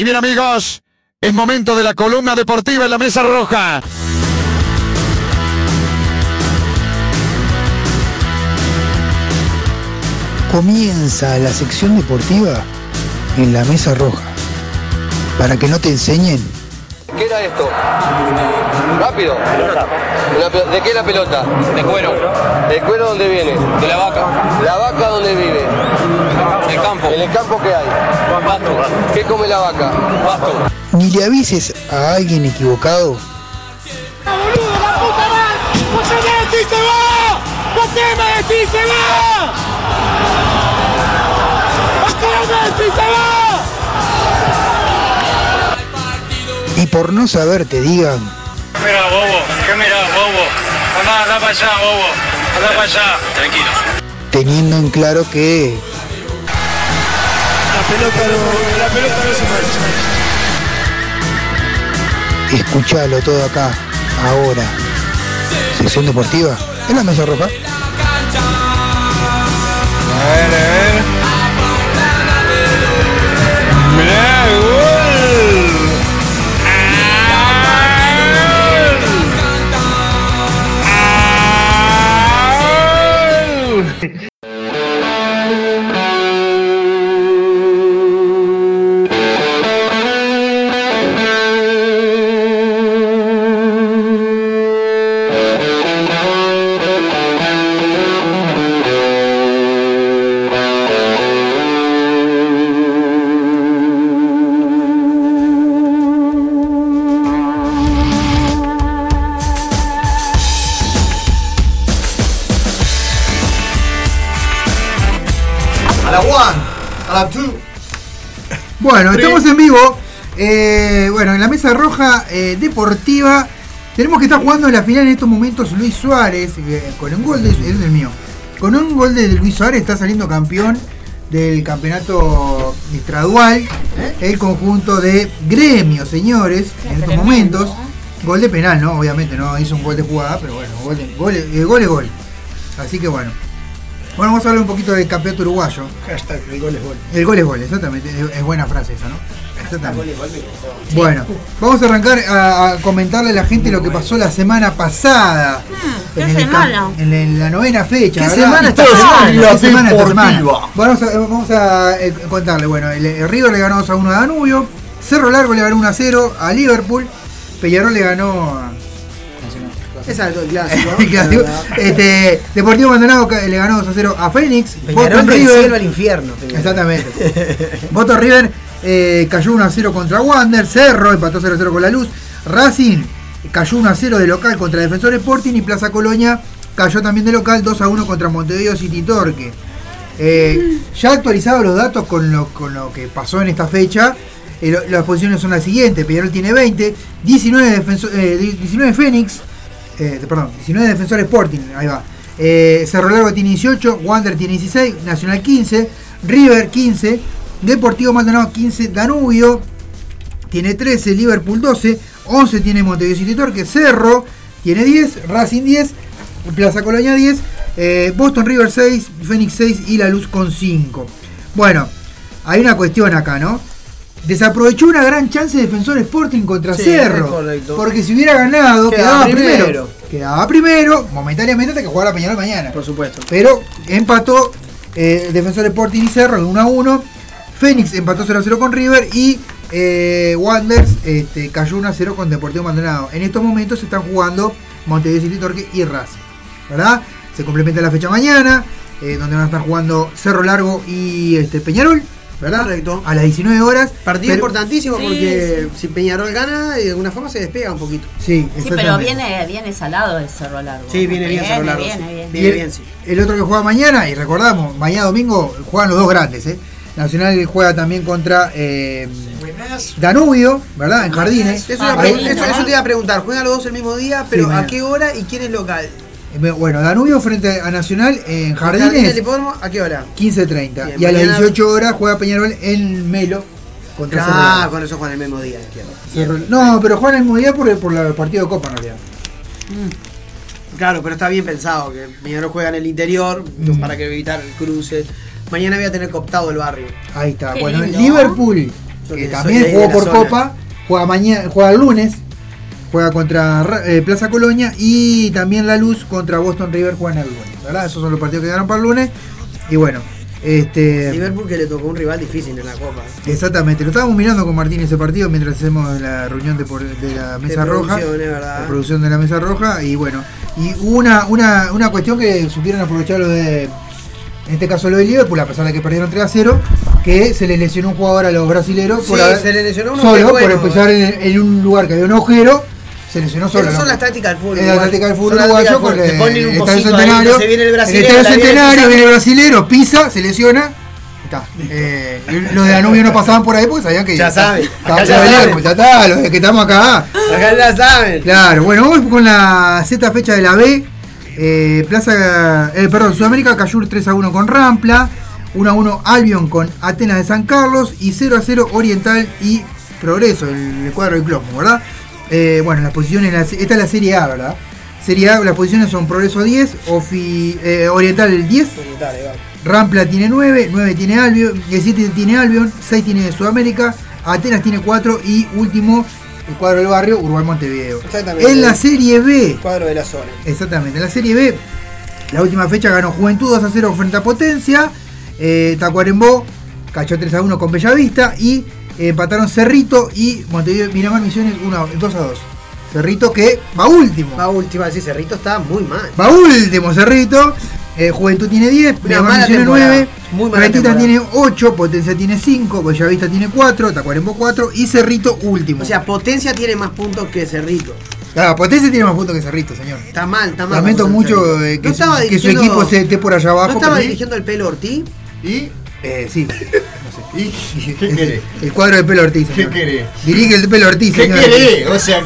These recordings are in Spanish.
Y bien amigos, es momento de la columna deportiva en la mesa roja. Comienza la sección deportiva en la mesa roja. Para que no te enseñen. ¿Qué era esto? Rápido. Una pe- ¿De qué es la pelota? De cuero, ¿El cuero dónde viene? de la vaca, ¿La vaca dónde vive? del campo, ¿En el campo qué hay? pasto, ¿Qué come la vaca? pasto. Ni le avises a alguien equivocado ¡Ah, boludo, la puta madre! ¡Vos me decís se va! ¡Vos qué me decís se va! ¡Vos qué me decís se va! y por no saber te digan. Mira, bobo, ¿qué mirá, bobo? Andá, andá para allá, bobo. Andá para allá. Tranquilo. Teniendo en claro que La pelota no se marcha. escuchalo todo acá, ahora. Sección deportiva en la mesa roja. Bueno, estamos en vivo. Eh, bueno, en la mesa roja eh, deportiva. Tenemos que estar jugando en la final en estos momentos Luis Suárez. eh, con un gol de. Ese es el mío. Con un gol de Luis Suárez está saliendo campeón del campeonato estradual. El conjunto de gremio, señores, en estos momentos. Gol de penal, ¿no? Obviamente no hizo un gol de jugada, pero bueno, gol, de- gol, eh, gol es gol. Así que bueno. Bueno, vamos a hablar un poquito del campeonato uruguayo. Hashtag el gol es gol. El gol es gol, exactamente. Es- Es buena frase esa, ¿no? Exactamente. Bueno, vamos a arrancar a, a comentarle a la gente lo que pasó la semana pasada. ¿qué el semana? cam- en la- en la novena fecha. ¿Qué ¿verdad? semana esta semana? ¿Qué semana esta semana? Deportiva. Vamos a, vamos a, eh, contarle. Bueno, el, el River le ganó 2 a 1 a Danubio. Cerro Largo le ganó 1 a 0 a Liverpool. Peñarol le ganó a- Exacto, el clásico. el clásico. este, Deportivo Maldonado ca- le ganó 2 a 0 a Fénix. Peñarol Boston del River- cielo al infierno. Peñarol. Exactamente. Voto River eh, cayó 1 a 0 contra Wander, Cerro empató 0 a 0 con la Luz, Racing cayó 1 a 0 de local contra Defensor Sporting y Plaza Colonia cayó también de local 2 a 1 contra Montevideo City Torque. Eh, ya actualizados los datos con lo, con lo que pasó en esta fecha, eh, lo- las posiciones son las siguientes: Peñarol tiene 20, 19, defenso- eh, 19 Fénix, eh, perdón, 19 Defensor Sporting, ahí va. Eh, Cerro Largo tiene 18, Wander tiene 16, Nacional 15, River 15, Deportivo Maldonado 15, Danubio tiene 13, Liverpool 12, 11 tiene Montevideo City Torque, Cerro tiene 10, Racing 10, Plaza Colonia 10, eh, Boston River 6, Phoenix 6 y La Luz con 5. Bueno, hay una cuestión acá, ¿no? Desaprovechó una gran chance de Defensor Sporting contra Sí, Cerro. es correcto. Porque si hubiera ganado, quedaba, Quedaba primero. primero. Quedaba primero, momentáneamente hasta que jugara Peñarol mañana. Por supuesto. Pero empató eh, Defensor Sporting y Cerro en 1 a 1. Fénix empató 0 a 0 con River y eh, Wanderers este, cayó 1 a 0 con Deportivo Maldonado. En estos momentos se están jugando Montevideo City Torque y Racing. ¿Verdad? Se complementa la fecha mañana, eh, donde van a estar jugando Cerro Largo y este, Peñarol. ¿Verdad? Correcto. A las 19 horas. Partido Pero- importantísimo Sí, porque si Peñarol gana, de alguna forma se despega un poquito. Sí, Sí, exactamente. pero viene, viene salado de Cerro Largo. Sí, viene bien Cerro Largo, Viene, sí. bien. Y el, bien, sí. el otro que juega mañana, y recordamos, mañana domingo juegan los dos grandes, ¿eh? Nacional juega también contra eh, Danubio, ¿verdad? En Jardines. Eso, es una Ah, pregu- bien, eso- ¿no? eso te iba a preguntar. Juegan los dos el mismo día, pero ¿a mañana. qué hora y quién es local? Eh, Bueno, Danubio frente a Nacional en ¿Jardines del Jardines, hipódromo? ¿A qué hora? 15.30. Bien, Y a las mañana- 18 horas juega Peñarol en Melo contra Cerro Ah, Largo. con eso juegan el mismo día. entiendo. Cerro- No, pero juegan el mismo día por, el- por la- el partido de Copa en realidad. Claro, pero está bien pensado que Peñarol juega en el interior Mm. para que evitar cruces. Mañana voy a tener cooptado el barrio. Ahí está. Qué bueno, lindo. Liverpool Yo que que también soy de ahí jugó de la por zona. Copa, juega mañana, juega el lunes, juega contra Ra- eh, Plaza Colonia y también la Luz contra Boston River juegan el lunes, ¿verdad? Esos son los partidos que ganaron para el lunes y bueno, este Liverpool que le tocó un rival difícil en la Copa. exactamente, lo estábamos mirando con Martín ese partido mientras hacemos la reunión de, por- de la mesa De roja, producción, es la verdad. producción de la mesa roja y bueno, y hubo una una una cuestión que supieron aprovechar lo de en este caso lo de Liverpool, a pesar de que perdieron 3 a 0, que se les lesionó un jugador a los brasileros Sí, haber- se le lesionó uno que solo bueno, por empezar en, en un lugar que había un agujero, se lesionó solo. Esas ¿no? son las tácticas del fútbol. Es la igual. táctica del fútbol Son las tácticas uruguayo del con fútbol. el Te ponen un Estadio pocito ahí, Centenario. se viene el brasileño. el la Estadio viene Centenario, pisando. viene el brasilero, pisa, se lesiona. Está. Eh, los de Danubio no pasaban por ahí porque sabían que Ya saben, Está- acá está- ya está- saben. pues, ya está, los de que estamos acá. Acá la saben. Claro, bueno, vamos con la Z fecha de la B. Eh, Plaza, eh, perdón, Sudamérica Cayur 3 a 1 con Rampla, 1 a 1 Albion con Atenas de San Carlos y 0 a 0 Oriental y Progreso, el, el cuadro de Closmo, ¿verdad? Eh, bueno, las posiciones, la- esta es la Serie A, ¿verdad? Serie A, las posiciones son Progreso 10, Ofi- eh, Oriental el 10, Dale, vamos. Rampla tiene 9, 9 tiene Albion, 17 tiene Albion, 6 tiene Sudamérica, Atenas tiene 4 y último, el cuadro del barrio, Uruguay Montevideo. Exactamente. En la Serie B, Cuadro de la zona. exactamente, en la Serie B, la última fecha ganó Juventud 2 a 0 frente a Potencia, eh, Tacuarembó cachó 3 a 1 con Bellavista y eh, empataron Cerrito y Montevideo Miramar Misiones 1 a 2 a 2. Cerrito que va último. Va Ah, última, sí, Cerrito está muy mal. Va último Cerrito. Eh, Juventud tiene 10, Una Miramar mala tiene temporada, 9, muy mala Retita temporada. tiene 8, Potencia tiene 5, Bellavista tiene 4, Tacuarembó 4 y Cerrito último. O sea, Potencia tiene más puntos que Cerrito. Ah, Potencia tiene más puntos que Cerrito, señor. Está mal, está mal. Lamento Cerrito. mucho eh, que, No su, estaba que su dirigiendo- equipo se esté por allá abajo. ¿No estaba pero- dirigiendo el pelo Ortiz? ¿Y Eh, sí. ¿Y qué Es querés? el- El cuadro de Pelo Ortiz. señor. ¿Qué querés? Dirige el de Pelo Ortiz. ¿Qué señor. querés? O sea,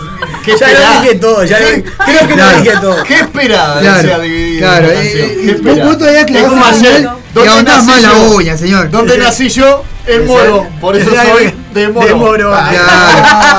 ¿qué Ya lo esperás? dije todo, ya lo- ¿Qué- creo que lo dije todo. ¿Qué esperás? de Claro, sea dividido claro, la canción? eh, ¿Qué eh, esperás? vos todavía Es clavás como el ayer, dedo y ¿dónde aguantás nací más la yo? uña, señor. ¿Dónde nací yo? En Moro. Por eso soy de Moro. Ah, Claro,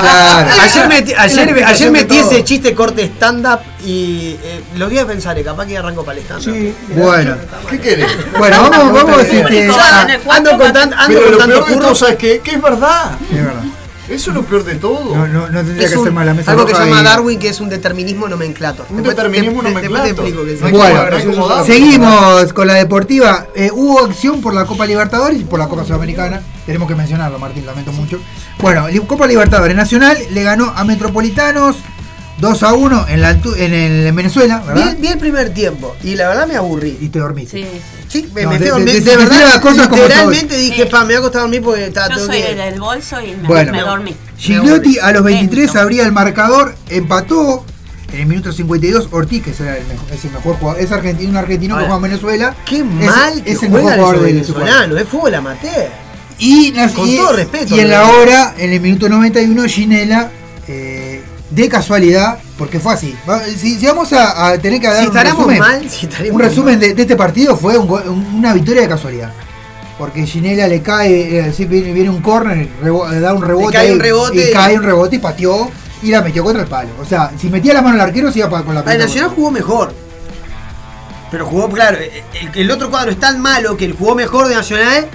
claro. Ayer metí, ayer, explicación ayer de metí todo. ese chiste corte stand-up y eh, lo voy a pensar, eh, capaz que arranco para el stand-up. Bueno, ¿Qué querés? bueno, vamos, vamos este, Público, a- en el cuarto Ah, Ando con, tan- ando Pero con lo tanto peor de todo, curro. ¿sabes qué? Que es verdad. Es verdad. Eso es lo peor de todo. No, no, no tendría Es que un- ser más la mesa. algo que roja llama y- Darwin que es un determinismo nomenclator. Un Después te- determinismo te- después te nomenclato. explico qué es. No hay que Bueno, jugar, no hay que jugar. seguimos con la deportiva. Eh, hubo acción por la Copa Libertadores y por la Copa Sudamericana. Tenemos que mencionarlo, Martín, lamento mucho. Bueno, li- Copa Libertadores Nacional le ganó a Metropolitanos 2 a 1 en, la, Antu- en, el- en Venezuela, Vi, ¿verdad? el- vi el primer tiempo y la verdad me aburrí. Y te dormiste. Sí, Sí, me, No, de- me fui a de- dormir. de- de- decir las cosas como son. literalmente dije, Sí. pa, me ha costado a mí porque estaba yo todo soy que... del bolso y me, Bueno. me dormí. Gigliotti a los 23 Lento. abría el marcador, empató en el minuto 52. Ortiz, que será el mejor, es el mejor jugador, es argentino, un argentino que Ahora, juega en Venezuela. Qué Es- mal que es el mejor juegan los jugador de su cuadro. venezolanos, es fútbol amateur. Y, nas- Con y- todo respeto, Y en ¿no? la hora, en el minuto 91, Ginela, eh, de casualidad, porque fue así. Va- Si, si vamos a, a tener que dar Si un estaremos resumen, mal, si estaremos un resumen de, de este partido, fue un go- un- una victoria de casualidad. Porque Ginela le cae, eh, sí, viene, viene un corner, rebo- eh, da un rebote, cae un y- rebote. y cae un rebote y pateó y la metió contra el palo. O sea, si metía la mano al arquero, se iba pa- con la Ah, El pelota. Nacional jugó mejor. Pero jugó, claro, el, el otro cuadro es tan malo que el jugó mejor de Nacional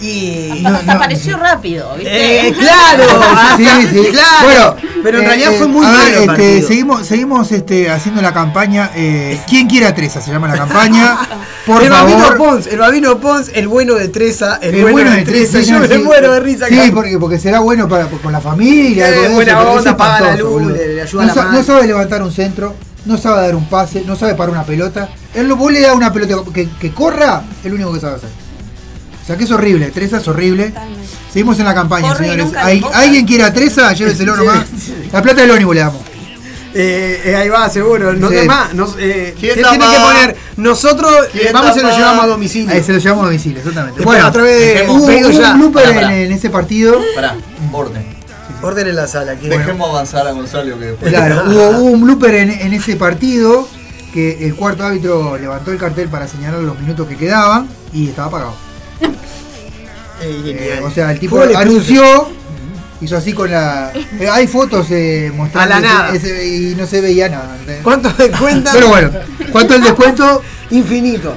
y. No, Hasta apareció rápido, ¿viste? Eh, claro, Sí, hasta- sí. claro. Bueno, pero en eh, realidad eh, fue muy a ver, malo. el este, partido. seguimos seguimos este, haciendo la campaña. eh, ¿Quién quiere a Treza? Se llama la campaña. Por el Babino favor. Pons, el Babino Pons, el bueno de Treza, el, El bueno de Treza. yo sí, me muero de risa. Sí, acá. porque, porque será bueno para, con la familia. Eh, algo de eso, buena pero es onda, paga la espantoso, luz, boludo. le- le ayuda no, la sa- mano. no sabe levantar un centro, no sabe dar un pase, no sabe parar una pelota. Él, vos le das una pelota que, que corra, es lo único que sabe hacer. O sea que es horrible, Treza es horrible. Seguimos en la campaña, Corre y señores. nunca le Ay- toca. ¿Alguien quiere a Treza? Lléveselo nomás. La plata del ónibus le damos. Eh, eh, ahí va, seguro. No Sí. te más. Nos, eh, ¿Quién te la tiene que va? poner. Nosotros eh, ¿Quién vamos la y lo va? llevamos a domicilio. Ahí se lo llevamos a domicilio, exactamente. Después, Bueno, a través de- dejemos- hubo, Pedro hubo ya. un blooper Pará, pará. en, en ese partido. Pará, orden. Orden en la sala. que- Dejemos avanzar a Gonzalo que después. Claro, hubo, hubo un blooper en, en ese partido que el cuarto árbitro levantó el cartel para señalar los minutos que quedaban y estaba apagado. Eh, Eh, genial. o sea, el tipo Fútbol anunció, hizo así con la... eh, hay fotos eh, mostrando A la ese- nada. ese- y no se veía nada. ¿Cuánto de cuenta? Pero bueno, ¿cuánto el descuento? Infinito.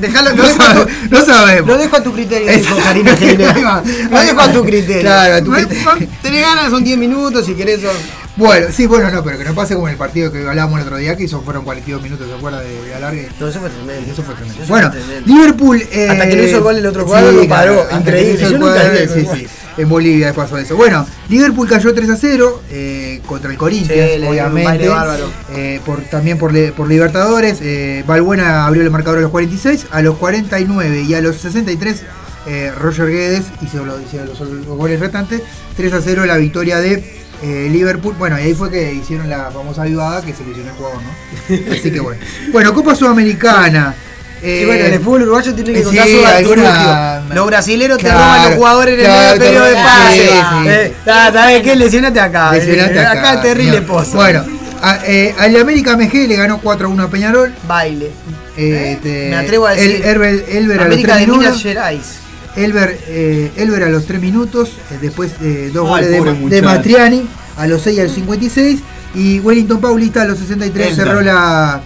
Dejalo, no, Lo dejo a tu- sabe- no sabemos. Lo dejo a tu criterio, dijo Exacto. Karina Seguiré. Ahí va. Lo dejo a tu criterio. Claro, a tu No es- criterio. no- Tenés ganas, son 10 minutos, si querés. son- Bueno, sí, bueno, no, pero que no pase como el partido que hablábamos el otro día, que hizo fueron 42 minutos, ¿se acuerda? De la larga. No, eso fue tremendo. Eso fue tremendo. Bueno, Liverpool. eh, Hasta que no hizo el gol el otro cuadro, lo paró. hasta que Increíble. no hizo el Yo nunca cuadro, vi el sí, gol. sí. En Bolivia pasó eso. Bueno, Liverpool cayó 3 a 0 eh, contra el Corinthians, Sí, le dieron un obviamente. baile bárbaro. eh, por, también por, le- por Libertadores. eh, Balbuena abrió el marcador a los 46, a los 49 y a los 63. eh, Roger Guedes hizo, los, hizo los- los goles restantes. 3 a 0 la victoria de. eh, Liverpool, bueno, y ahí fue que hicieron la famosa avivada que se lesionó el jugador, ¿no? Así que bueno. Bueno, Copa Sudamericana. Y bueno, en el fútbol uruguayo tiene que Eh, sí, contar su alguna- artilugio. Los brasileros te Claro, roban los jugadores en el claro, medio periodo de sí, pase. sí. Eh, ah, ¿Sabes qué? Lesionate acá. Lesionate Eh, acá. acá, terrible señor. pozo. Bueno, a, eh, al América MG le ganó 4 a 1 a Peñarol. Baile. Eh, de- Me atrevo a decir. El, Elber, Elber a los América 3 de Minas minutos. Gerais. Elber, eh, Elber a los 3 minutos. eh, después eh, dos Ay, goles de, pobre Ma- de muchacho. Matriani a los 6 y a los 56. Y Wellington Paulista a los 63 Entra. cerró la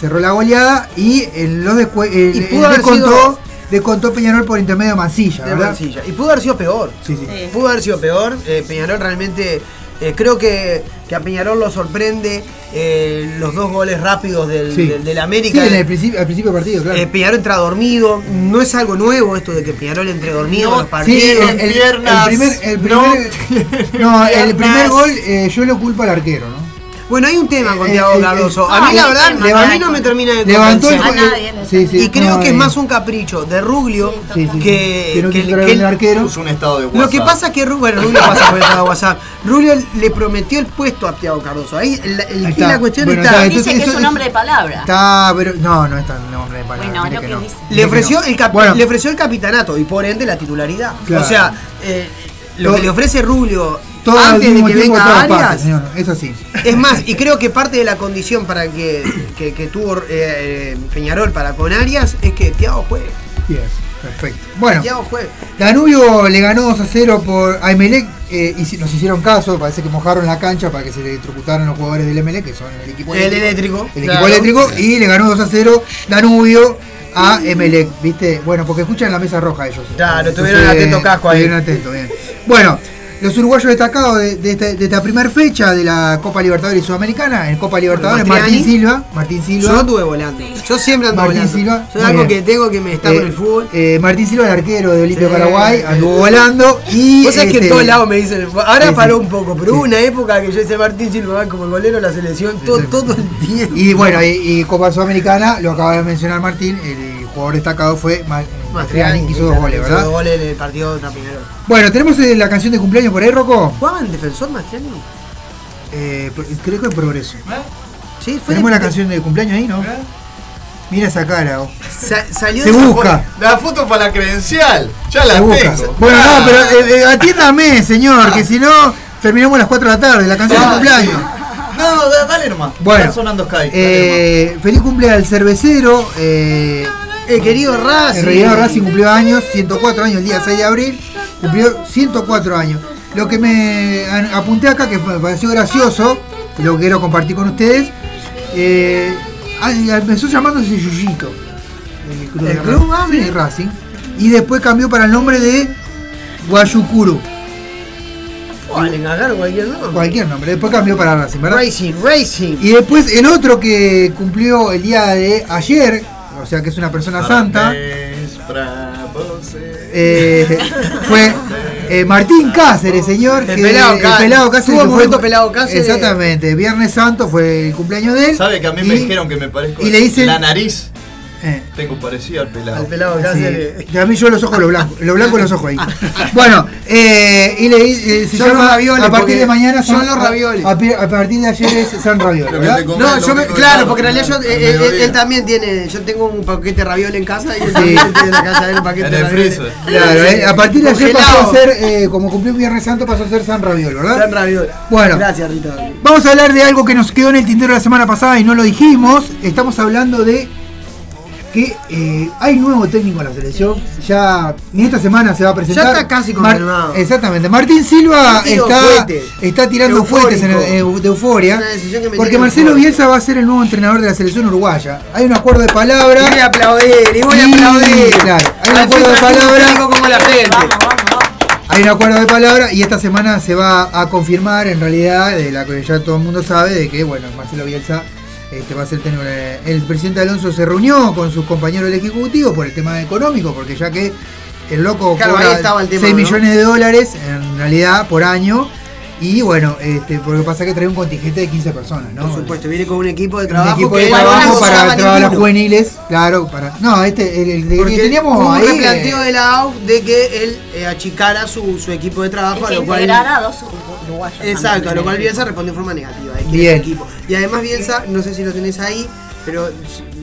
cerró la goleada. Y en los descue- el- Y el pudo haber descontó, sido- descontó Peñarol por intermedio de Mancilla. de ¿verdad? Mansilla. Y pudo haber sido peor. Sí, sí. Sí. Pudo haber sido peor. Eh, Peñarol realmente. eh, creo que, que a Peñarol lo sorprende eh, los dos goles rápidos del, Sí. del- del América. Sí, en el principio, al principio del partido, claro. Eh, Peñarol entra dormido. No es algo nuevo esto de que Peñarol entre dormido en los partidos. Sí, Tienen piernas, primer, el no primer, no, el piernas. primer gol eh, yo lo culpo al arquero, ¿no? Bueno, hay un tema con Eh, Thiago eh, Cardoso. eh, a mí, ah, la hay verdad, tema, a mí hay no me tema. termina de Levantó el eh, convencer. A nadie le sí, sí, Y creo no, que es eh, más un capricho de Ruglio sí, sí, sí. que, no que- quiso traer que el el- arquero. Es un estado de WhatsApp. Lo que pasa es que Ru- bueno, Rubio pasa por el lado de WhatsApp. Rubio le prometió el puesto a Thiago Cardoso. Ahí el- el- Ahí aquí está. la cuestión Bueno, está. está, entonces Dice que es eso- un hombre de palabra. Está, pero no, no está el nombre de palabra. Bueno, mire lo que no. dice. Mire Le que ofreció, no. el capi- Bueno, le ofreció el capitanato y por ende la titularidad. Claro. O sea, eh, lo Todo- que le ofrece Rubio todo al antes de mismo que tiempo, venga todas Arias. partes, señor, es así. Es más, y creo que parte de la condición para que, que- que tuvo eh, Peñarol para con Arias es que Thiago juegue. Bien, perfecto. Bueno, Thiago juegue. Danubio le ganó 2 a 0 por a Emelec eh, y si- nos hicieron caso, parece que mojaron la cancha para que se electrocutaran los jugadores del Emelec, que son el equipo El eléctrico. el equipo claro. eléctrico y le ganó 2 a 0 Danubio a Emelec, ¿viste? Bueno, porque escuchan la mesa roja ellos. Claro, tuvieron atento casco ahí. Estuvieron atentos, bien. Bueno, los uruguayos destacados de, de esta, de esta primer fecha de la Copa Libertadores Sudamericana, en Copa Libertadores, Martín Mastriani. Silva, Martín Yo Silva. no tuve volando. Yo siempre ando Martín volando. Silva, Yo muy algo bien. que tengo que me está eh, con el fútbol. eh, Martín Silva, el arquero de Olimpia Sí. eh, Paraguay, anduvo volando y. Vos sabés que en este, todos lados me dicen, ahora sí, sí. paró un poco, pero Sí. hubo una época que yo decía Martín Silva va como el golero de la selección todo, todo el tiempo. Y bueno, y, y Copa Sudamericana, lo acaba de mencionar Martín, el jugador destacado fue Ma- Mastriani, que hizo dos claro, goles, hizo ¿verdad? Dos goles en el partido contra Peñarol. Bueno, tenemos eh, la canción de cumpleaños por ahí, Rocco. ¿Jugaba en defensor Mastriani? Eh, pro- creo que en progreso. Sí, fue Tenemos de- la canción de cumpleaños ahí, ¿no? Mira esa cara. oh. Sa- salió Se de- busca. La foto para la credencial. Ya la Se busca. tengo. Bueno, Ah, no, pero eh, eh, atiéndame, señor, que si no terminamos a las 4 de la tarde. La canción de Ah. cumpleaños. No, da- dale nomás. Bueno, Está sonando Sky. dale eh, feliz cumple al cervecero. Eh, El querido Racing. el relleno Racing cumplió años, 104 años, el día 6 de abril. Cumplió 104 años. Lo que me an- apunté acá, que me pareció gracioso, y lo quiero compartir con ustedes. Eh, al- al- empezó llamándose Yuyito. El club, ¿El de club? Ra- Ah, sí, bien. Racing. Y después cambió para el nombre de Guayucuru. Oh, le encargaron cualquier nombre. Cualquier nombre. Después cambió para Racing, ¿verdad? Racing, Racing. Y después el otro que cumplió el día de ayer, o sea que es una persona nomás. santa, Parabéns pra você. eh, fue eh, Martín Cáceres, señor. El pelado el Cáceres. pelado Cáceres. Tuvo que momento pelado Cáceres. Exactamente, Viernes Santo fue el cumpleaños de él. ¿Sabe que a mí me dijeron que me parezco y le dicen- la nariz? eh, Tengo parecido al pelado. Al pelado Cáceres. Sí. Y a mí yo los ojos los blancos, los blancos los ojos ahí. Bueno, eh, y le eh, se Son llama- los ravioles, A partir porque de mañana son los ravioles. A, pi- a partir de ayer es San Ravioles. Lo que ¿verdad? te comes, No, lo yo me, único que claro, tarda, porque en realidad yo, al eh, eh, él, mediodía. también tiene, yo tengo un paquete de raviol en casa y él Sí. también tiene en la casa de él un paquete En de el ravioles. freezer. Claro, eh, a partir de ayer Congelado. pasó a ser, eh, como cumplió un Viernes Santo, pasó a ser San Raviol, ¿verdad? San raviol. Bueno. Gracias, Rita. Vamos a hablar de algo que nos quedó en el tintero la semana pasada y no lo dijimos. Estamos hablando de que eh, hay nuevo técnico en la selección. Ya ni esta semana se va a presentar. Ya está casi confirmado. Exactamente. Martín Silva Ya tiró está, fuetes. está tirando Eufórico. fuertes eh, de euforia. Es una decisión que me Porque tiene Marcelo eufórico. Bielsa va a ser el nuevo entrenador de la selección uruguaya. Hay un acuerdo de palabra. Y voy a aplaudir, y voy a Y, aplaudir. claro, hay un Al acuerdo de fin, tranquilo, palabra. técnico como la gente. Hay un acuerdo de palabra y esta semana se va a confirmar, en realidad, de la que ya todo el mundo sabe, de que, bueno, Marcelo Bielsa este, va a ser el técnico. de- El presidente Alonso se reunió con sus compañeros del Ejecutivo por el tema económico, porque ya que el loco Claro, ahí estaba el tema, 6 ¿no? millones de dólares, en realidad, por año, y bueno, este, porque pasa que trae un contingente de 15 personas, ¿no? Por supuesto, viene con un equipo de Un trabajo equipo que de la verdad trabajo para no usaba trabajar las ninguno. juveniles, claro, para. No, este, el, el- el Porque que teníamos hubo un ahí. eh, replanteo de la AUF de que él eh, achicara su, su equipo de trabajo, a que lo cual. integrar a dos uruguayos. Exacto, a lo también. cual Bielsa respondió de forma negativa. es que Bien. es equipo. Y además Bielsa, no sé si lo tenés ahí, pero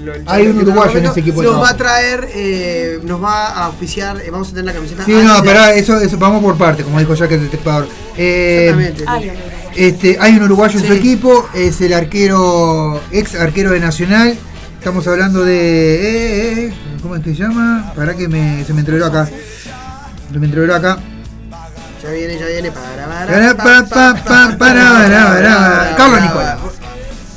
lo- Hay un lo- uruguayo en momento, ese equipo de Nos trabajo. va a traer, eh, nos va a auspiciar, eh, vamos a tener la camiseta. Sí, no, Adidas. pará, eso, eso, vamos por parte, como dijo Jack el Destripador. Eh, Exactamente. Ay, Dios mío. este, hay un uruguayo en su Sí. equipo, es el arquero, ex arquero de Nacional. Estamos hablando de. eh, eh, ¿Cómo es que se llama? Pará que me, se me entreveró acá. Se me entreveró acá. Ya viene, ya viene. Para, Pará, pa, pa, pa, pará, pará, pará. Carlos Nicola.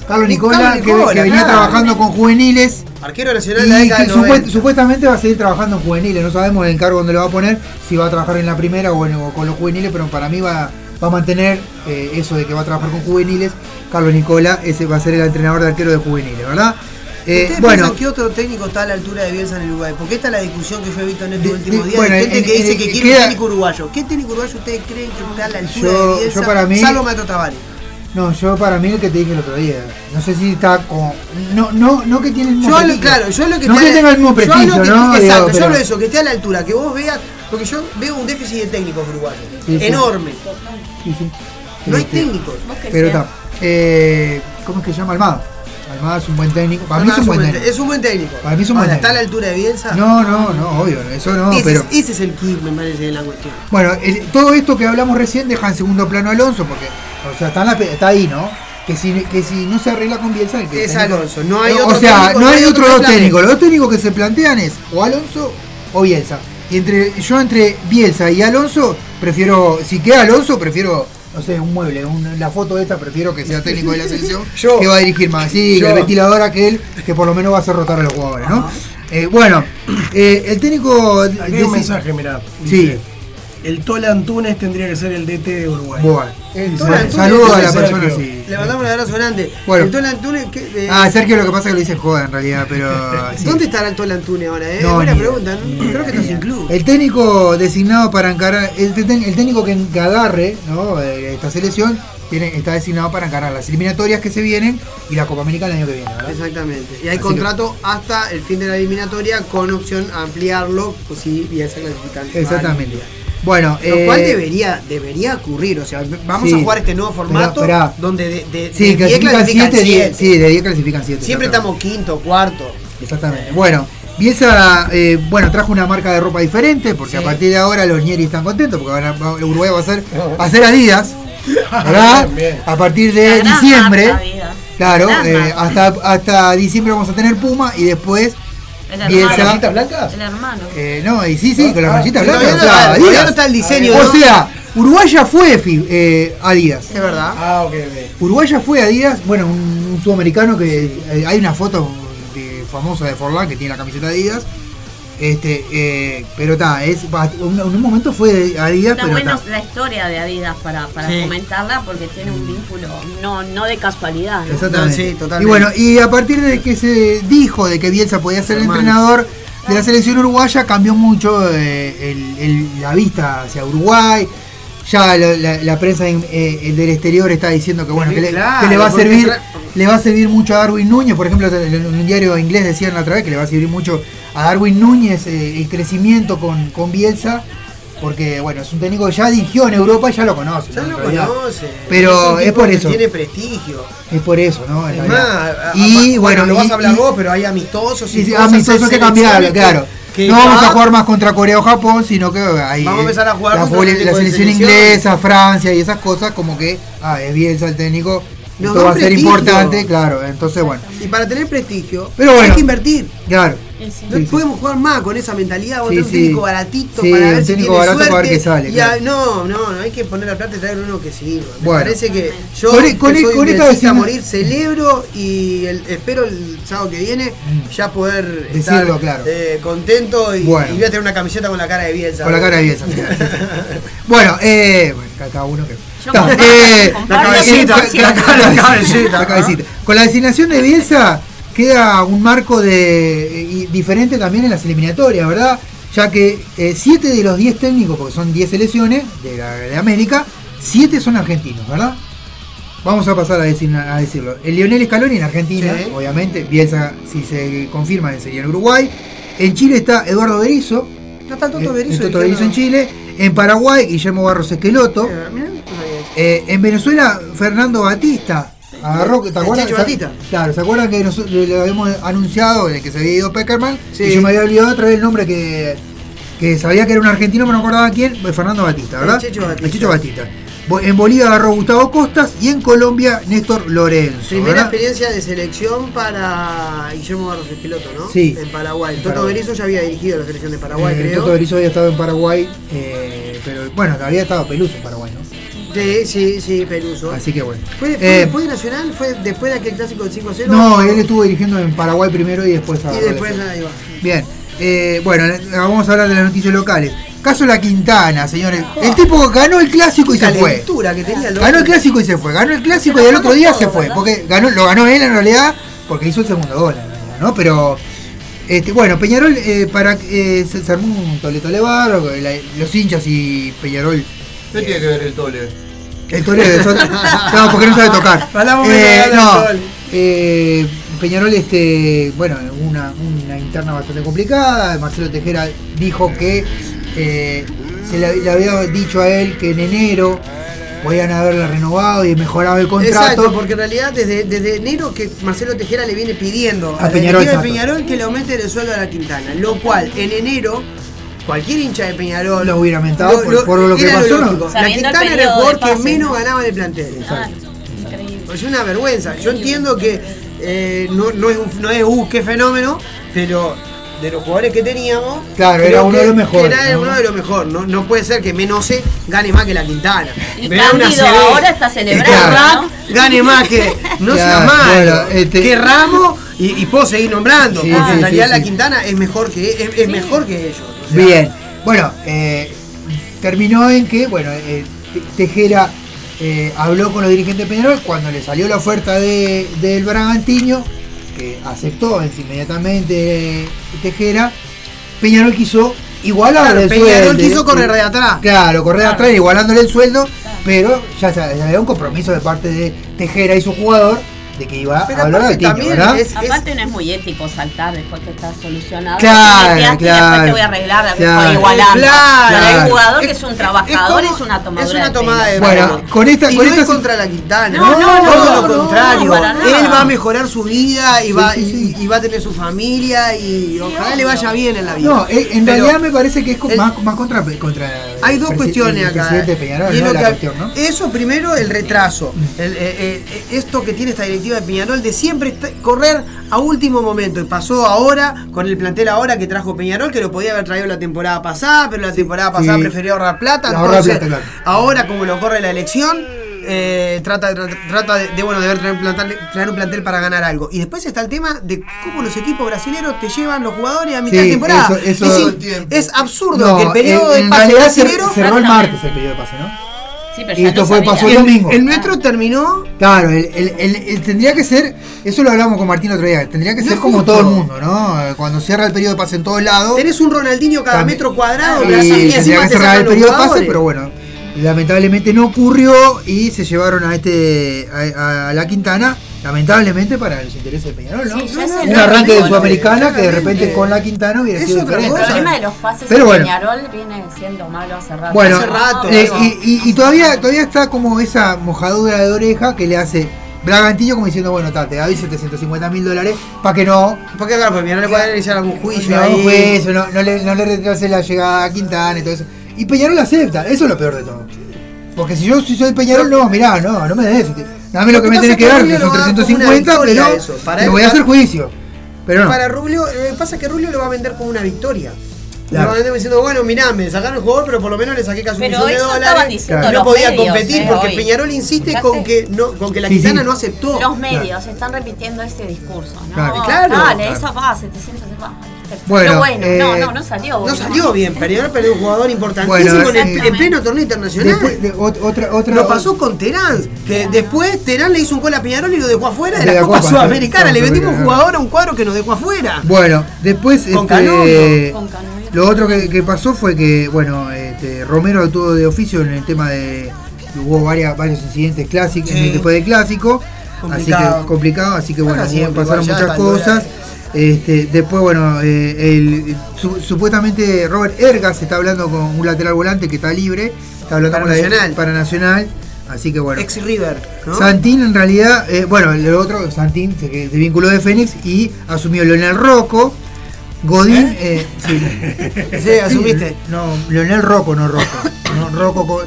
Carlos Nicola, que, Nicola, que venía claro. trabajando con juveniles. Arquero nacional de la Y década que del supuest- 90. supuestamente va a seguir trabajando en juveniles, no sabemos el cargo donde lo va a poner, si va a trabajar en la primera o, bueno, o con los juveniles, pero para mí va, va a mantener eh, eso de que va a trabajar con juveniles. Carlos Nicola, ese va a ser el entrenador de arquero de juveniles, ¿verdad? Eh, ¿Ustedes bueno, piensan que otro técnico está a la altura de Bielsa en el Uruguay? Porque esta es la discusión que yo he visto en De- estos últimos de- días. bueno, de gente en- que dice en- que en- quiere queda- un técnico uruguayo. ¿Qué técnico uruguayo ustedes creen que está a la altura Yo- de Bielsa? yo para mí- Salvo Maestro Tavares. no, yo para mí el que te dije el otro día, no sé si está con. No, no, no que tiene el mismo Yo hablo, prestigio. claro, yo lo que No te- que tenga el mismo yo hablo prestigio, que- ¿no? Exacto, Digo, yo pero- hablo de eso, que esté a la altura, que vos veas, porque yo veo un déficit de técnicos uruguayos. Sí, sí. enorme. Sí, sí. No hay Este, técnicos. Vos que Pero sea. está. eh, ¿Cómo es que se llama Almada? Almada es un buen técnico. Para mí es un buen técnico. Es un buen técnico. Para mí es un buen Ahora, ¿Está a la técnico. altura de Bielsa? No, no, no, obvio, eso no, ese, pero. es, ese es el kit, me parece, de la cuestión. Bueno, el- todo esto que hablamos recién deja en segundo plano a Alonso, porque, o sea, está, en la pe- está ahí, ¿no? Que si, que si no se arregla con Bielsa, el que Es técnico- Alonso, no hay O otro sea, técnico, no hay otros dos plan. técnicos. Los dos técnicos que se plantean es o Alonso o Bielsa. Y entre, yo entre Bielsa y Alonso, prefiero, si queda Alonso, prefiero, no sé, un mueble, un- la foto de esta, prefiero que sea técnico de la selección, Yo. que va a dirigir más. Sí, Yo. el ventilador aquel, que por lo menos va a hacer rotar a los jugadores, ¿no? Eh, bueno, eh, el técnico... Hay un mensaje, mirá. Sí. Dice, El Tola Antunes tendría que ser el DT de Uruguay. Bueno, Dice, Tola Antunes saludos a la Sergio. persona. sí. Le mandamos un abrazo grande. Bueno. El Tola Antunes, ¿qué, eh, Ah, Sergio lo que pasa es que lo dice en joda en realidad, pero. sí. ¿dónde estará el Tola Antunes ahora? Eh? No, Buena ni pregunta, idea, ¿no? ni idea, Creo que está ni sin idea. club. El técnico designado para encarar. El, tec- el técnico que que agarre ¿no? Eh, esta selección tiene, está designado para encarar las eliminatorias que se vienen y la Copa América el año que viene, ¿verdad? Exactamente. Y hay Así contrato hasta el fin de la eliminatoria con opción a ampliarlo pues, si Bielsa clasifica. al- Exactamente. Bueno, Lo cual eh, debería, debería ocurrir. O sea, vamos sí. a jugar este nuevo formato Esperá, esperá. donde de, de, Sí, de diez clasifican clasifican 7, siete. Sí, de 10 clasifican 7. Siempre estamos quinto, cuarto. Exactamente. Bueno, Bielsa, eh, bueno, trajo una marca de ropa diferente, porque a partir de ahora los ñeris están contentos, porque van a- va- Uruguay va a ser, Ah, va a ser Adidas, ¿verdad? Bien. A partir La Eh, de gran diciembre, marca, vida. claro, Gran eh, marca. hasta, hasta diciembre vamos a tener Puma y después El hermano. Bielsa... blancas? El hermano. eh, no, y sí, sí, con las rayitas Ah, Todavía blancas, no o sea, está- todavía Adidas. no está el diseño, O ¿no? sea, Uruguay ya fue fi- eh, Adidas. Es verdad. Ah, ok, ok. Uruguay ya fue a Díaz, bueno, un, un sudamericano que eh, hay una foto de- famosa de Forlán que tiene la camiseta de Adidas. Este, eh, pero está, es va- un- en un momento fue de Adidas, Está pero bueno ta. la historia de Adidas para, para Sí. comentarla porque tiene un vínculo no, no de casualidad. ¿no? Exactamente. No, sí, totalmente. Y bueno, y a partir de que se dijo de que Bielsa podía ser el Hermano. entrenador de la selección uruguaya, cambió mucho eh, el- el- la vista hacia Uruguay. Ya la, la- la prensa en- eh, el del exterior está diciendo que bueno, que le, Claro, que le va a porque servir, tra- le va a servir mucho a Darwin Núñez, por ejemplo, en en un diario inglés decían la otra vez que le va a servir mucho a Darwin Núñez eh, el crecimiento con, con Bielsa, porque bueno, es un técnico que ya dirigió en Europa y ya lo conoce. Ya ¿no? lo En realidad. conoce. Pero un es tipo por que eso. Tiene prestigio. Es por eso, ¿no? En Es más, realidad. a- a- y a- bueno, lo vas y- a hablar y- vos, pero hay amistosos Sí, sí, cosas, amistosos hay que cambiaron, selecciones que- claro. que no vamos ya- a jugar más contra Corea o Japón, sino que ahí Vamos a empezar a jugar la, contra fole- otro la tipo de selección selección. inglesa, Francia y esas cosas, como que, ah, es Bielsa el técnico, Nos esto da va a un ser prestigio. importante, claro. Entonces, bueno, Y para tener prestigio, Pero bueno. hay que invertir. claro. No Sí, sí. podemos jugar más con esa mentalidad. Vos Sí, tenés un sí. técnico baratito Sí, para ver un si técnico tiene barato suerte. para ver qué sale, y claro. a- no, no, no hay que poner la plata y traer uno que sirva. Me Bueno. parece que yo Con- e- que con- soy con esta bielcista vecina- a morir celebro y el- espero el sábado que viene ya poder Mm. Decirlo, estar claro. eh, contento y, Bueno. y voy a tener una camiseta con la cara de Bielsa. Con la cara de Bielsa, sí, sí, Bueno, eh, bueno, cada- cada uno que. Yo Está, comparto- eh, comparto la cabecita, la situación. la cabecita, La cabecita, la cabecita. Con la designación de Bielsa queda un marco de y diferente también en las eliminatorias, ¿verdad? Ya que 7 de los 10 técnicos, porque son 10 selecciones de, la- de América, 7 son argentinos, ¿verdad? Vamos a pasar a, decir- a decirlo. El Lionel Scaloni en Argentina, Sí. obviamente. Bielsa, si se confirma, sería en Uruguay. En Chile está Eduardo Berizzo, No está el Toto eh, Berizzo. el Toto Berizzo en diciendo- Chile. En Paraguay, Guillermo Barros Esqueloto. Eh, mirá, no sabía eso. Eh, en Venezuela, Fernando Batista. Agarró, ¿te El acuerdas? Checho ¿Se- Batista. Claro, ¿se acuerdan que nosotros le, le habíamos anunciado de que se había ido Peckerman? Sí. Y yo me había olvidado otra vez el nombre que, que sabía que era un argentino, pero no acordaba quién. pues Fernando Batista, ¿verdad? El Checho Batista. El Checho Batista. Bo- En Bolivia agarró Gustavo Costas y en Colombia Néstor Lorenzo. Primera ¿verdad? experiencia de selección para Guillermo Barros Esqueloto, ¿no? Sí. En Paraguay. En Toto Paraguay. Berizzo ya había dirigido la selección de Paraguay, Eh, creo. Toto Berizzo había estado en Paraguay, eh, pero bueno, había estado Peluso en Paraguay, ¿no? Sí, sí, sí, Peluso. Así que bueno. ¿Fue, fue Eh, después de Nacional? ¿Fue después de aquel clásico del 5 a 0? No, él estuvo dirigiendo en Paraguay primero y después a Y después ahí va. Bien, eh, bueno, eh, vamos a hablar de las noticias locales. Caso La Quintana, señores. El tipo ganó el clásico y La se fue. lectura que tenía el Ganó el otro. clásico y se fue. Ganó el clásico y Se lo al otro ganó día todo, se fue. ¿verdad? Porque ganó, lo ganó él en realidad porque hizo el segundo gol, en realidad, ¿no? Pero. Este, bueno, Peñarol eh, para, eh, se, se armó un toleto levar, los hinchas y Peñarol ¿Qué tiene que ver el tole? el Tole de Soto. No, porque no sabe tocar. Hablamos menos Eh, de no. Alan Sol. Eh, Peñarol, este, bueno, una, una interna bastante complicada. Marcelo Tejera dijo que eh, se le, le había dicho a él que en enero podían haberla Ah, renovado y mejorado el contrato. Exacto, porque en realidad desde, desde enero que Marcelo Tejera le viene pidiendo A a, la Peñarol, directiva exacto. de Peñarol que le aumente el sueldo a la Quintana. Lo cual, en enero, cualquier hincha de Peñarol Lo hubiera mentado por- por lo que era pasó, ¿no? lógico. La Sabiendo el Quintana era el periodo jugador de que pase, menos ¿no? ganaba en el plantel. Ah, increíble. Es una vergüenza. Yo entiendo que eh, no, no es, un- no es uh, qué fenómeno, pero de los jugadores que teníamos. Claro, creo era uno que- de los mejores, Era ¿no? uno de los mejores. No, no puede ser que Menose gane más que la Quintana. Y Verá una Cándido CB. ahora está celebrando, Claro. ¿no? Gane más que. No sea Claro, malo. bueno, este- Que Ramos y, y puedo seguir nombrando. Sí, porque sí, en realidad sí, la sí. Quintana es mejor que, es, es mejor que ellos. O sea, Bien, bueno, eh, terminó en que, bueno, eh, Te- Tejera eh, habló con los dirigentes de Peñarol cuando le salió la oferta de- del Bragantino, que aceptó es- inmediatamente eh, Tejera, Peñarol quiso igualar Claro, el Peñarol sueldo. quiso correr de atrás. Claro, correr de atrás igualándole el sueldo, pero ya, se- ya había un compromiso de parte de Tejera y su jugador de que iba Pero a hablar aparte al Tiño, también ¿verdad? es- Aparte no es muy ético saltar después que está solucionado. Claro, Te meteaste y claro. Después te voy a arreglar, después Claro, voy igualando. claro. Pero el jugador que Es- es un trabajador es, como- una tomadura Es una de tomada de pelo. Bueno, pelo. con esta- Y con no esta es sí- contra la Quintana. No, no, no, Todo no, lo contrario. para nada. Él va a mejorar su vida y, Sí, va, sí, sí. Y, y va a tener su familia y ojalá le vaya bien en la vida. No, eh, en Pero- realidad me parece que es co- el- más, más contra, contra Hay dos el presi- cuestiones el acá. presidente eh. de Peñarol, Y es ¿no? lo La que- cuestión, ¿no? Eso primero, el retraso. El, eh, eh, esto que tiene esta directiva de Peñarol de siempre est- correr a último momento. Y pasó ahora con el plantel ahora que trajo Peñarol, que lo podía haber traído la temporada pasada, pero la temporada pasada sí. prefirió ahorrar plata. Ahorrar entonces, plata, claro. ahora como lo corre la elección, eh, trata, tra- trata de, de, bueno de ver traer, un plantel, traer un plantel para ganar algo. Y después está el tema de cómo los equipos brasileños te llevan los jugadores a mitad Sí, de temporada. eso- eso- es, in- es absurdo que el eh, en, periodo de en pase realidad cer- brasilero cerró el Exactamente. martes el periodo de pase, ¿no? Sí, pero Y ya esto lo fue- sabía. pasó el domingo. El nuestro terminó. Claro, el, el- el- el- tendría que ser, eso lo hablamos con Martín el otro día, tendría que No ser es como justo. todo el mundo, ¿no? Eh, Cuando cierra el periodo de pase en todos lados. Tenés un Ronaldinho cada también- metro cuadrado, y Ah, Brasil, y tendría encima que te cerrar sacan el los periodo de pase, jugadores. pero bueno, lamentablemente no ocurrió y se llevaron a este a, a- a la Quintana, lamentablemente para los intereses de Peñarol, ¿no? Sí, ya se un lo arranque de digo, Sudamericana que de claramente. repente con la Quintana hubiera Es sido otra diferente. El cosa. problema de los pases Pero en bueno. Peñarol viene siendo malo hace rato. Bueno, Hace rato, eh, eso. y, y- y todavía, todavía está como esa mojadura de oreja que le hace Bragantillo como diciendo, bueno, ta, te doy 750 mil dólares para que no, Porque claro, pues mira, no le pueden iniciar algún juicio. no, ahí. juez, no, no le, no le retrase la llegada a Quintana y todo eso. Y Peñarol acepta, eso es lo peor de todo. Porque si yo si soy Peñarol, no, mirá, no, no me des. te- Dame lo Lo que que me pasa tenés es que que dar, Río que lo son va a dar como una 350, victoria pero eso. Para te él voy a está- hacer juicio. Pero no. Para Rubio, lo que pasa es que Rubio lo va a vender como una victoria. Claro. Lo va a vender diciendo, bueno, mirá, me sacaron el jugador, pero por lo menos le saqué casi un Pero millón de eso dólares. estaban diciendo No los podía medios, competir eh, porque hoy. Peñarol insiste Fíjate. con que, no, con que la Sí, sí. gitana no aceptó. Los medios están repitiendo ese discurso, ¿no? Claro. Claro. Dale, esa Claro. va, 700 se va. Pero Bueno, bueno, no, eh, no, no salió. No bueno. salió bien, Peñarol perdió un jugador importantísimo Bueno, en, el- exactamente. en pleno torneo internacional. Después de ot- otra, otra, Lo pasó con Terán, que después Terán le hizo un gol a Peñarol y lo dejó afuera de De la la Copa Copa, Sudamericana. sí, Le vendimos un Sudamericana. jugador a un cuadro que nos dejó afuera. Bueno, después Con este, Canovio, Con Canovio. lo otro que, que pasó fue que, bueno, este, Romero tuvo de oficio en el tema de. Hubo varias, varios incidentes clásicos Sí. después del clásico. Así Complicado. que complicado, así que bueno, Pasa siempre, pasaron igual, ya muchas tan cosas. Este, después, bueno, eh, el- su- supuestamente Robert Ergas está hablando con un lateral volante que está libre. Está hablando Para con la de- Nacional. para Nacional. Así que bueno. Ex River, ¿no? Santín en realidad, eh, bueno, el otro, Santín se, que se vinculó de Fénix y asumió Leonel Rocco. Godín, eh, sí. Sí, asumiste. No, Leonel Rocco, no Rocco. No, Rocco con,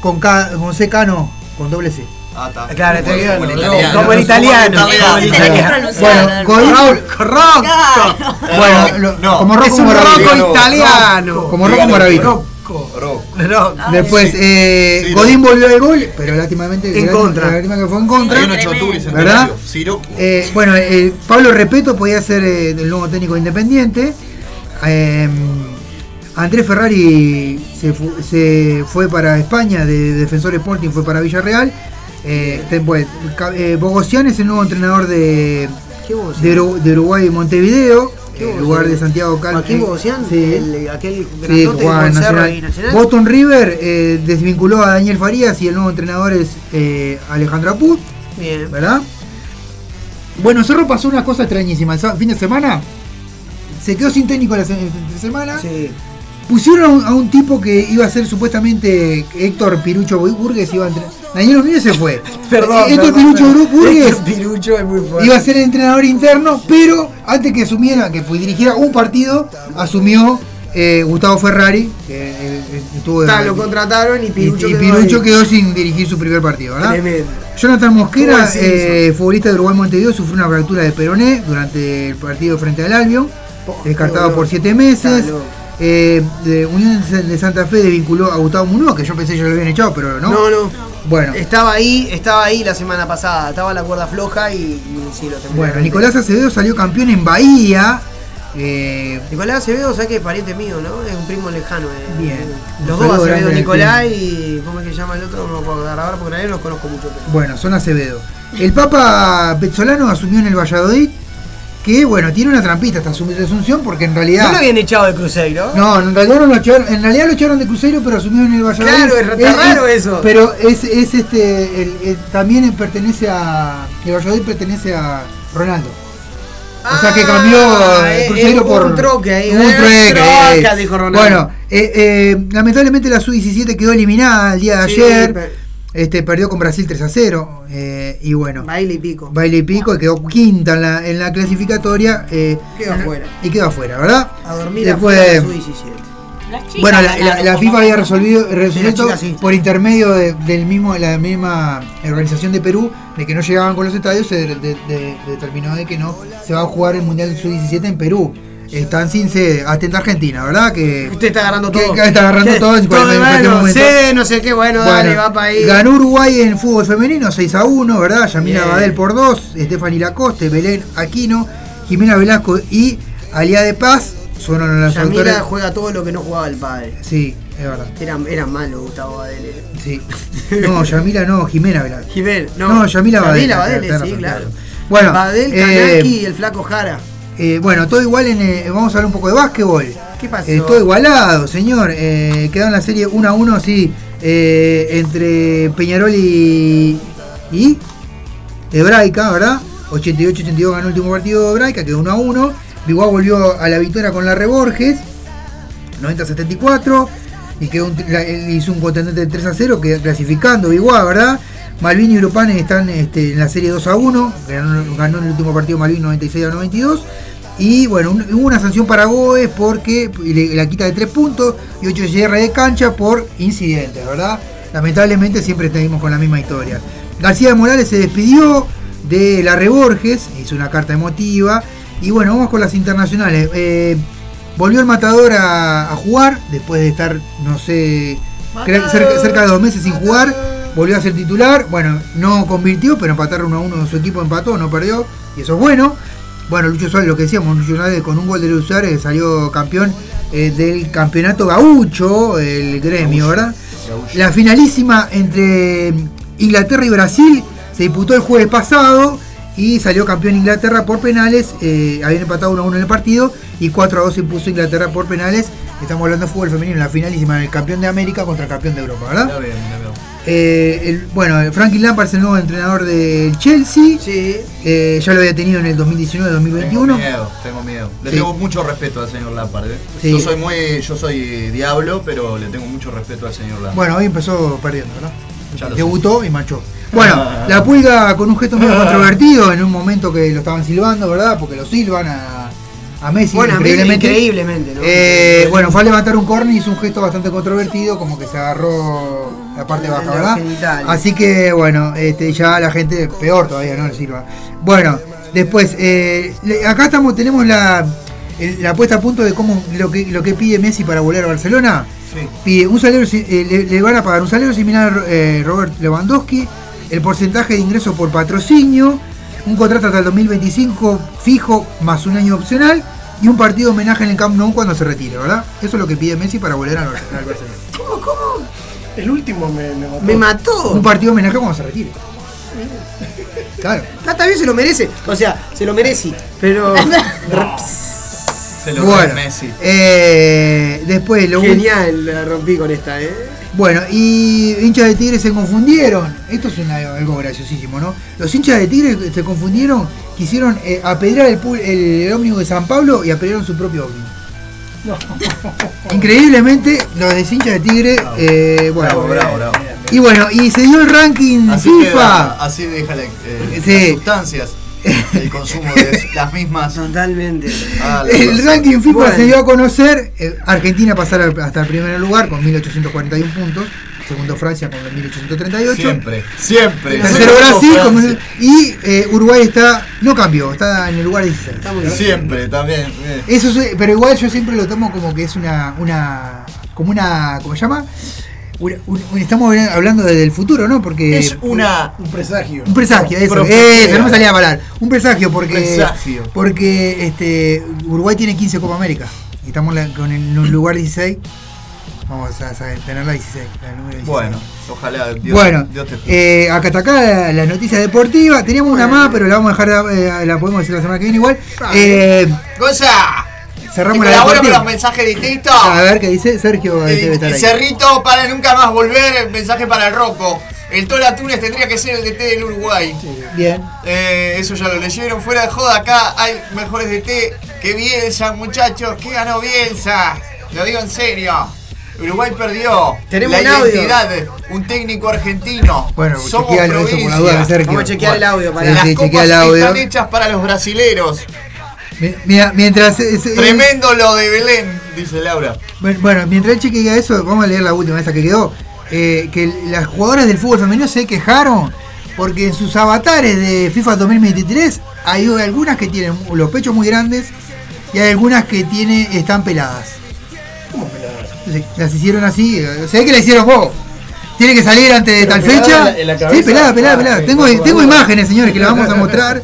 con, K- con CK no, con doble C. Ah, está. Claro, Como italiano, el ¿no? Como Como el italiano. el Eso se tenés que Italiano. pronunciar. Bueno, Godín- Correcto. Bueno, lo- No, como Rocco Es un Moravito. roco italiano. Ah, Como Rocco Dígalo, Moravito. Rock. No, Después, eh, Sí, no. Godín volvió al gol, pero lástimamente En lástima- contra. lástima que fue en Hay contra. un 8 de octubre y ¿Verdad? centenario. Siroco. Eh, bueno, eh, Pablo Repeto podía ser eh, el nuevo técnico independiente. Eh, Andrés Ferrari se, fu- se fue para España, de Defensor Sporting fue para Villarreal. Eh, te- bueno, Ca- eh, Bogosian es el nuevo entrenador de, ¿Qué vos? de, Uru- de Uruguay y Montevideo, ¿Qué en Bogosian? lugar de Santiago Cal. Joaquín eh, Bogosian, sí. el- aquel Sí, grandote que jugaba jugó en en Cerro Nacional. y Nacional. Boston River eh, desvinculó a Daniel Farías y el nuevo entrenador es eh, Alejandro Aput. Bien. ¿verdad? Bueno, Cerro pasó una cosa extrañísima. El sa- fin de semana se quedó sin técnico la se- entre semana. Sí. Pusieron a un, a un tipo que iba a ser supuestamente Héctor Pirucho Burgues. Iba a entre- Daniel Ormeño se fue. Eh, Perdón. Héctor perdón, Pirucho perdón. Burgues Héctor Pirucho es muy fuerte. iba a ser entrenador interno, pero antes que asumiera, que pu- dirigiera un partido, asumió eh, Gustavo Ferrari, que eh, estuvo de- Ta, lo contrataron y y- Pirucho, y quedó Pirucho ahí. quedó sin dirigir su primer partido, ¿verdad? Tremendo. Jonathan Mosquera, ¿Cómo decís eso? eh, futbolista de Uruguay Montevideo, sufrió una fractura de peroné durante el partido frente al Albion, descartado dolor. por siete meses. Está loco. Eh, de Unión de Santa Fe desvinculó a Gustavo Munoz, que yo pensé que ya lo habían echado, pero no. No, Este no. Bueno, Estaba ahí, estaba ahí la semana pasada, estaba la cuerda floja y, y sí lo terminó. bueno, Nicolás Acevedo salió campeón en Bahía. eh, Nicolás Acevedo, ¿sabes que es pariente mío, no? Es un primo lejano. eh. Bien. Los Un dos saludo Acevedo, grande, Nicolás y. ¿Cómo es que se llama el otro? No me puedo acordar ahora porque en realidad no los conozco mucho. Pero... Bueno, son Acevedo. El Papa Pezzolano asumió en el Valladolid, que bueno, tiene una trampita esta asum- asunción porque en realidad. ¿No lo habían echado de Cruzeiro? No, en realidad no lo echaron, en realidad lo echaron de crucero, pero asumió en el Valladolid. Claro, es re- está raro eso. Pero es, es este, el- el- también pertenece a, el Valladolid pertenece a Ronaldo. O sea que cambió Ah, el eh, crucero eh, por Un troque ahí. un eh, trueque, troca, eh. dijo Ronaldo. Bueno, eh, eh, lamentablemente la sub-17 quedó eliminada el día de Sí, ayer. pe- Este, perdió con Brasil 3 a 0. eh, y bueno, Baile y pico. baile y pico, y quedó quinta en la, en la clasificatoria. eh, Quedó afuera. Y quedó afuera, ¿verdad? A dormir Después- afuera de su 17. Las chicas Bueno, la, la- ganaron, la como FIFA no. había resolvido, resuelto chicas, sí. por intermedio de, del mismo, de la misma organización de Perú, de que no llegaban con los estadios, se de- de- de- determinó de que no se va a jugar el Mundial Sub-17 en Perú. Están sin sede, atenta Argentina, ¿verdad? Que Usted está agarrando que- todo. que está agarrando todo en cualquier- en cualquier bueno, momento. sí, no sé qué, bueno, dale, Bueno, va para ahí. Ganó Uruguay en fútbol femenino 6 a 1, ¿verdad? Yamina Bien. Badel por 2, Estefany Lacoste, Belén Aquino, Jimena Velasco y Alía de Paz. Fueron las autores. Yamila juega todo lo que no jugaba el padre. Sí, es verdad. Era, era malo Gustavo Adele. Sí. No, Yamila no, Jimena Velasco. Gibel, no. No, Yamila Badel. Yamila Badel, tenés sí, razón, claro. tenés razón. Bueno, Badel, eh, Kanaki y el flaco Jara. Eh, bueno, todo igual en. eh, vamos a hablar un poco de básquetbol. ¿Qué pasó? Eh, todo igualado, señor. Eh, quedaron la serie 1 a 1, sí. eh, entre Peñarol y. y. Hebraica, ¿verdad? 88-82 ganó el último partido de Hebraica, quedó 1 a 1. Biguá volvió a la victoria con la Reborges. 90-74. Y quedó un tri- la- él hizo un contendiente de 3 a 0, que, clasificando Biguá, ¿verdad? Malvin y Urupanes están este, en la serie 2 a 1. Ganó, ganó en el último partido Malvin 96 a 92. Y bueno, un- hubo una sanción para Goes porque le- la quita de 3 puntos y 8 cierre de cancha por incidentes, ¿verdad? Lamentablemente siempre seguimos con la misma historia. García de Morales se despidió de la Reborges, hizo una carta emotiva Y bueno, vamos con las internacionales. Eh, volvió el Matador a, a jugar después de estar, no sé, creo que cerca, cerca de dos meses sin jugar. Volvió a ser titular. Bueno, no convirtió, pero empataron 1 a 1. Su equipo empató, no perdió. Y eso es bueno. Bueno, Lucho Suárez, lo que decíamos, Lucho Suárez con un gol de Lucho Suárez salió campeón eh, del campeonato gaucho, el gremio, ¿verdad? La finalísima entre Inglaterra y Brasil se disputó el jueves pasado y salió campeón Inglaterra por penales. eh, habían empatado 1 a 1 en el partido y 4 a 2 se impuso Inglaterra por penales. Estamos hablando de fútbol femenino, la finalísima, el campeón de América contra el campeón de Europa, ¿verdad? Eh, el- bueno, el Frankie Lampard es el nuevo entrenador del Chelsea. Eh, ya lo había tenido en el Tengo 2019-2021. miedo, tengo miedo. Le Sí. tengo mucho respeto al señor Lampard. ¿eh? Sí. Yo soy muy, yo soy diablo, pero le tengo mucho respeto al señor Lampard. Bueno, hoy empezó perdiendo, ¿verdad? Ya lo Debutó y manchó. Bueno, la pulga con un gesto medio controvertido en un momento que lo estaban silbando, ¿verdad? Porque lo silban a, a Messi. Bueno, a Messi increíblemente. increíblemente, ¿no? Eh, bueno, fue a levantar un corner y hizo un gesto bastante controvertido, como que se agarró la parte baja, Los ¿verdad? genitales. Así que bueno, este, ya la gente peor todavía, no le sirva. Bueno, después, eh, le- acá estamos, tenemos la, el- la puesta a punto de cómo lo que, lo que pide Messi para volver a Barcelona. Sí. Pide un salario, si- eh, le, le van a pagar un salario similar a eh, Robert Lewandowski, el porcentaje de ingresos por patrocinio, un contrato hasta el 2025 fijo más un año opcional y un partido homenaje en el Camp Nou cuando se retire, ¿verdad? Eso es lo que pide Messi para volver al Barcelona. al Barcelona. El último me, me mató. Me mató. Un partido homenaje cuando se retire. Claro. Está, está bien, se lo merece. O sea, se lo merece. Pero. Se lo Bueno, cree Messi. eh, después lo Genial, la rompí con esta, ¿eh? Bueno, y hinchas de Tigres se confundieron. Esto es una- algo graciosísimo, ¿no? Los hinchas de Tigres se confundieron, quisieron eh, apedrear el, pul- el, el ómnibus de San Pablo y apedrearon su propio ómnibus. Increíblemente, los de hinchas de Tigres, eh, bueno. Bravo, bravo, bravo. Y bueno, y se dio el ranking Así FIFA. queda, así deja la- eh, Sí. las sustancias, el consumo de las mismas. Totalmente. Ah, El ranking FIFA Bueno. se dio a conocer. eh, Argentina pasará hasta el primer lugar con 1841 puntos. Segundo Francia con 1838. Siempre, siempre. Tercero Brasil Siempre. con- y eh, Uruguay está no cambió, está en el lugar 16. Siempre, también. eh. Eso es- pero igual yo siempre lo tomo como que es una una como una ¿cómo se llama? Un- un- un- estamos hablando de- del futuro, ¿no? Porque Es una. Un presagio. Eh, un presagio, eso, Profecía. eso, no me salía a parar. Un presagio porque Presagio. porque este Uruguay tiene 15 Copa América y estamos en la- con el, en un lugar 16. Vamos a, a tener la 16, la número 16. Bueno, ojalá Dios, bueno, Dios te eh, acá hasta acá la, la noticia deportiva. Teníamos una más, pero la vamos a dejar, eh, la podemos decir la semana que viene igual. Eh, Cosa. cerramos Te colaboro la con deportiva. los mensajes distintos. A ver qué dice Sergio. eh, debe Y, estar y ahí. Cerrito para nunca más volver, el mensaje para el Rocco. El Tola Túnez tendría que ser el DT del Uruguay. Bien. Eh, eso ya lo leyeron. Fuera de joda, acá Ah, hay mejores DT que Bielsa, muchachos. ¿Qué ganó Bielsa? Lo digo en serio. Uruguay perdió. Tenemos la un audio. identidad. Un técnico argentino. Bueno, Somos chequealo eso por la duda de provincia. Sergio. Vamos a chequear el audio, pará. Sí, Las sí, chequea copas el están audio. hechas para los brasileros. Mi- Mira, mientras. eh, eh, Tremendo lo de Belén, dice Laura. Bueno, bueno, mientras él chequea eso, vamos a leer la última, esa que quedó. eh, que las jugadoras del fútbol femenino se quejaron porque en sus avatares de FIFA 2023 hay algunas que tienen los pechos muy grandes y hay algunas que tiene, están peladas. Sí, Las hicieron así, eh, se ve que las hicieron vos. Tiene que salir antes de Pero tal pelada en fecha. la- en la sí, cabeza. pelada, pelada, Ah, pelada. sí, tengo por la tengo duda. imágenes, señores, que las vamos a mostrar.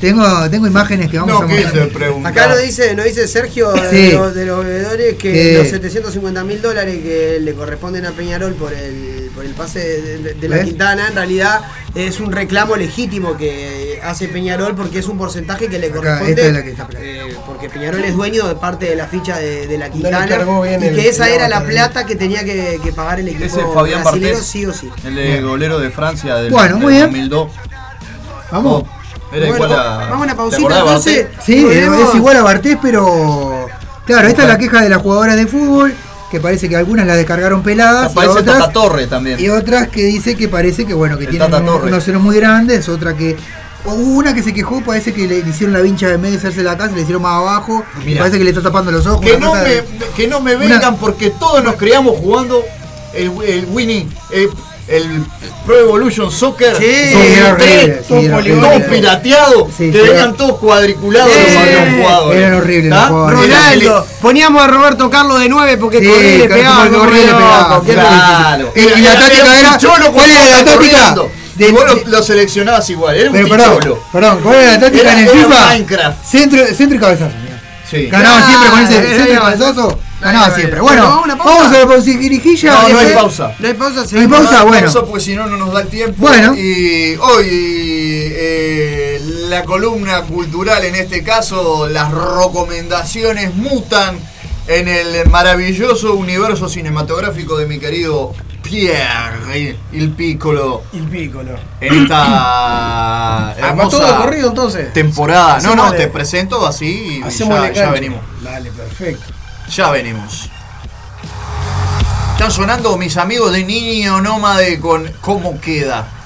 Tengo, tengo imágenes que vamos No a quise mostrar. preguntar. Acá nos dice, nos dice Sergio Sí. Eh. de, los, de los bebedores que Sí. los 750 mil dólares que le corresponden a Peñarol por el, por el pase de, de- de la ¿Ves? Quintana, en realidad es un reclamo legítimo que hace Peñarol porque es un porcentaje que le Acá, corresponde. esta es la que está pelada. eh, porque Peñarol es dueño de parte de la ficha de, de la Quintana cargó bien y el- que esa el era la avatar. plata que tenía que, que pagar el equipo brasilero sí o sí. el eh, golero de Francia del, Bueno, del muy bien. 2002. Vamos. Era Bueno, igual a. vamos a una ¿te pausita, acordás, entonces? Bartel? Sí, Volvemos. es igual a Bartés, pero. Claro, esta es la queja de las jugadoras de fúbol, que parece que algunas las descargaron peladas. Y Aparece otras, Tata Torre también. y otras que dice que parece que bueno, que El tienen Tata un- Torres. unos ceros muy grandes, otra que. Hubo una que se quejó, parece que le hicieron la vincha en vez de hacerse la casa, le hicieron más abajo, y Mirá. parece que le está tapando los ojos. Que una no, cosa me, de- que no me Una- vengan porque todos nos creamos jugando el, el Winnie. Eh, el Pro Evolution Soccer. Sí, era horrible, sí, era horrible. todo pirateado, que sí, venían todos cuadriculados los aviones jugadores. Eran horribles los ¿Ah? jugadores. Ronaldo, poníamos a Roberto Carlos de 9 porque Sí, Correa le claro, pegaba. como como Correa le loco, pegaba, ¿qué claro. tal? Y- y la táctica era- ¿cuál era la táctica? De, vos lo, lo seleccionabas igual, ¿eh? era un Pero Eh, perdón, picholo. perdón, ¿cuál era la táctica en el Era- era FIFA? Minecraft. Centro, centro y cabezazo. Sí. Ganaba Ah, siempre con ese eh, centro y eh, cabezazo. Ganaba eh, siempre. eh, Bueno, ¿no? ¿Una pausa? vamos a la pausiquirijilla. No, no hay pausa. No hay pausa, eh, No hay pausa, bueno. Pausa porque si no, no nos da el tiempo. Bueno. Y hoy eh, la columna cultural, en este caso, las recomendaciones mutan en el maravilloso universo cinematográfico de mi querido Pierre Il Piccolo. Y el pícolo. En esta Armá todo hermosa de corrido, entonces. temporada. No, no, Hacémosle- te presento así y Hacemos el ya, ya enganche. venimos. Dale, perfecto. Ya venimos. Están sonando mis amigos de Niño Nómade con ¿Cómo queda?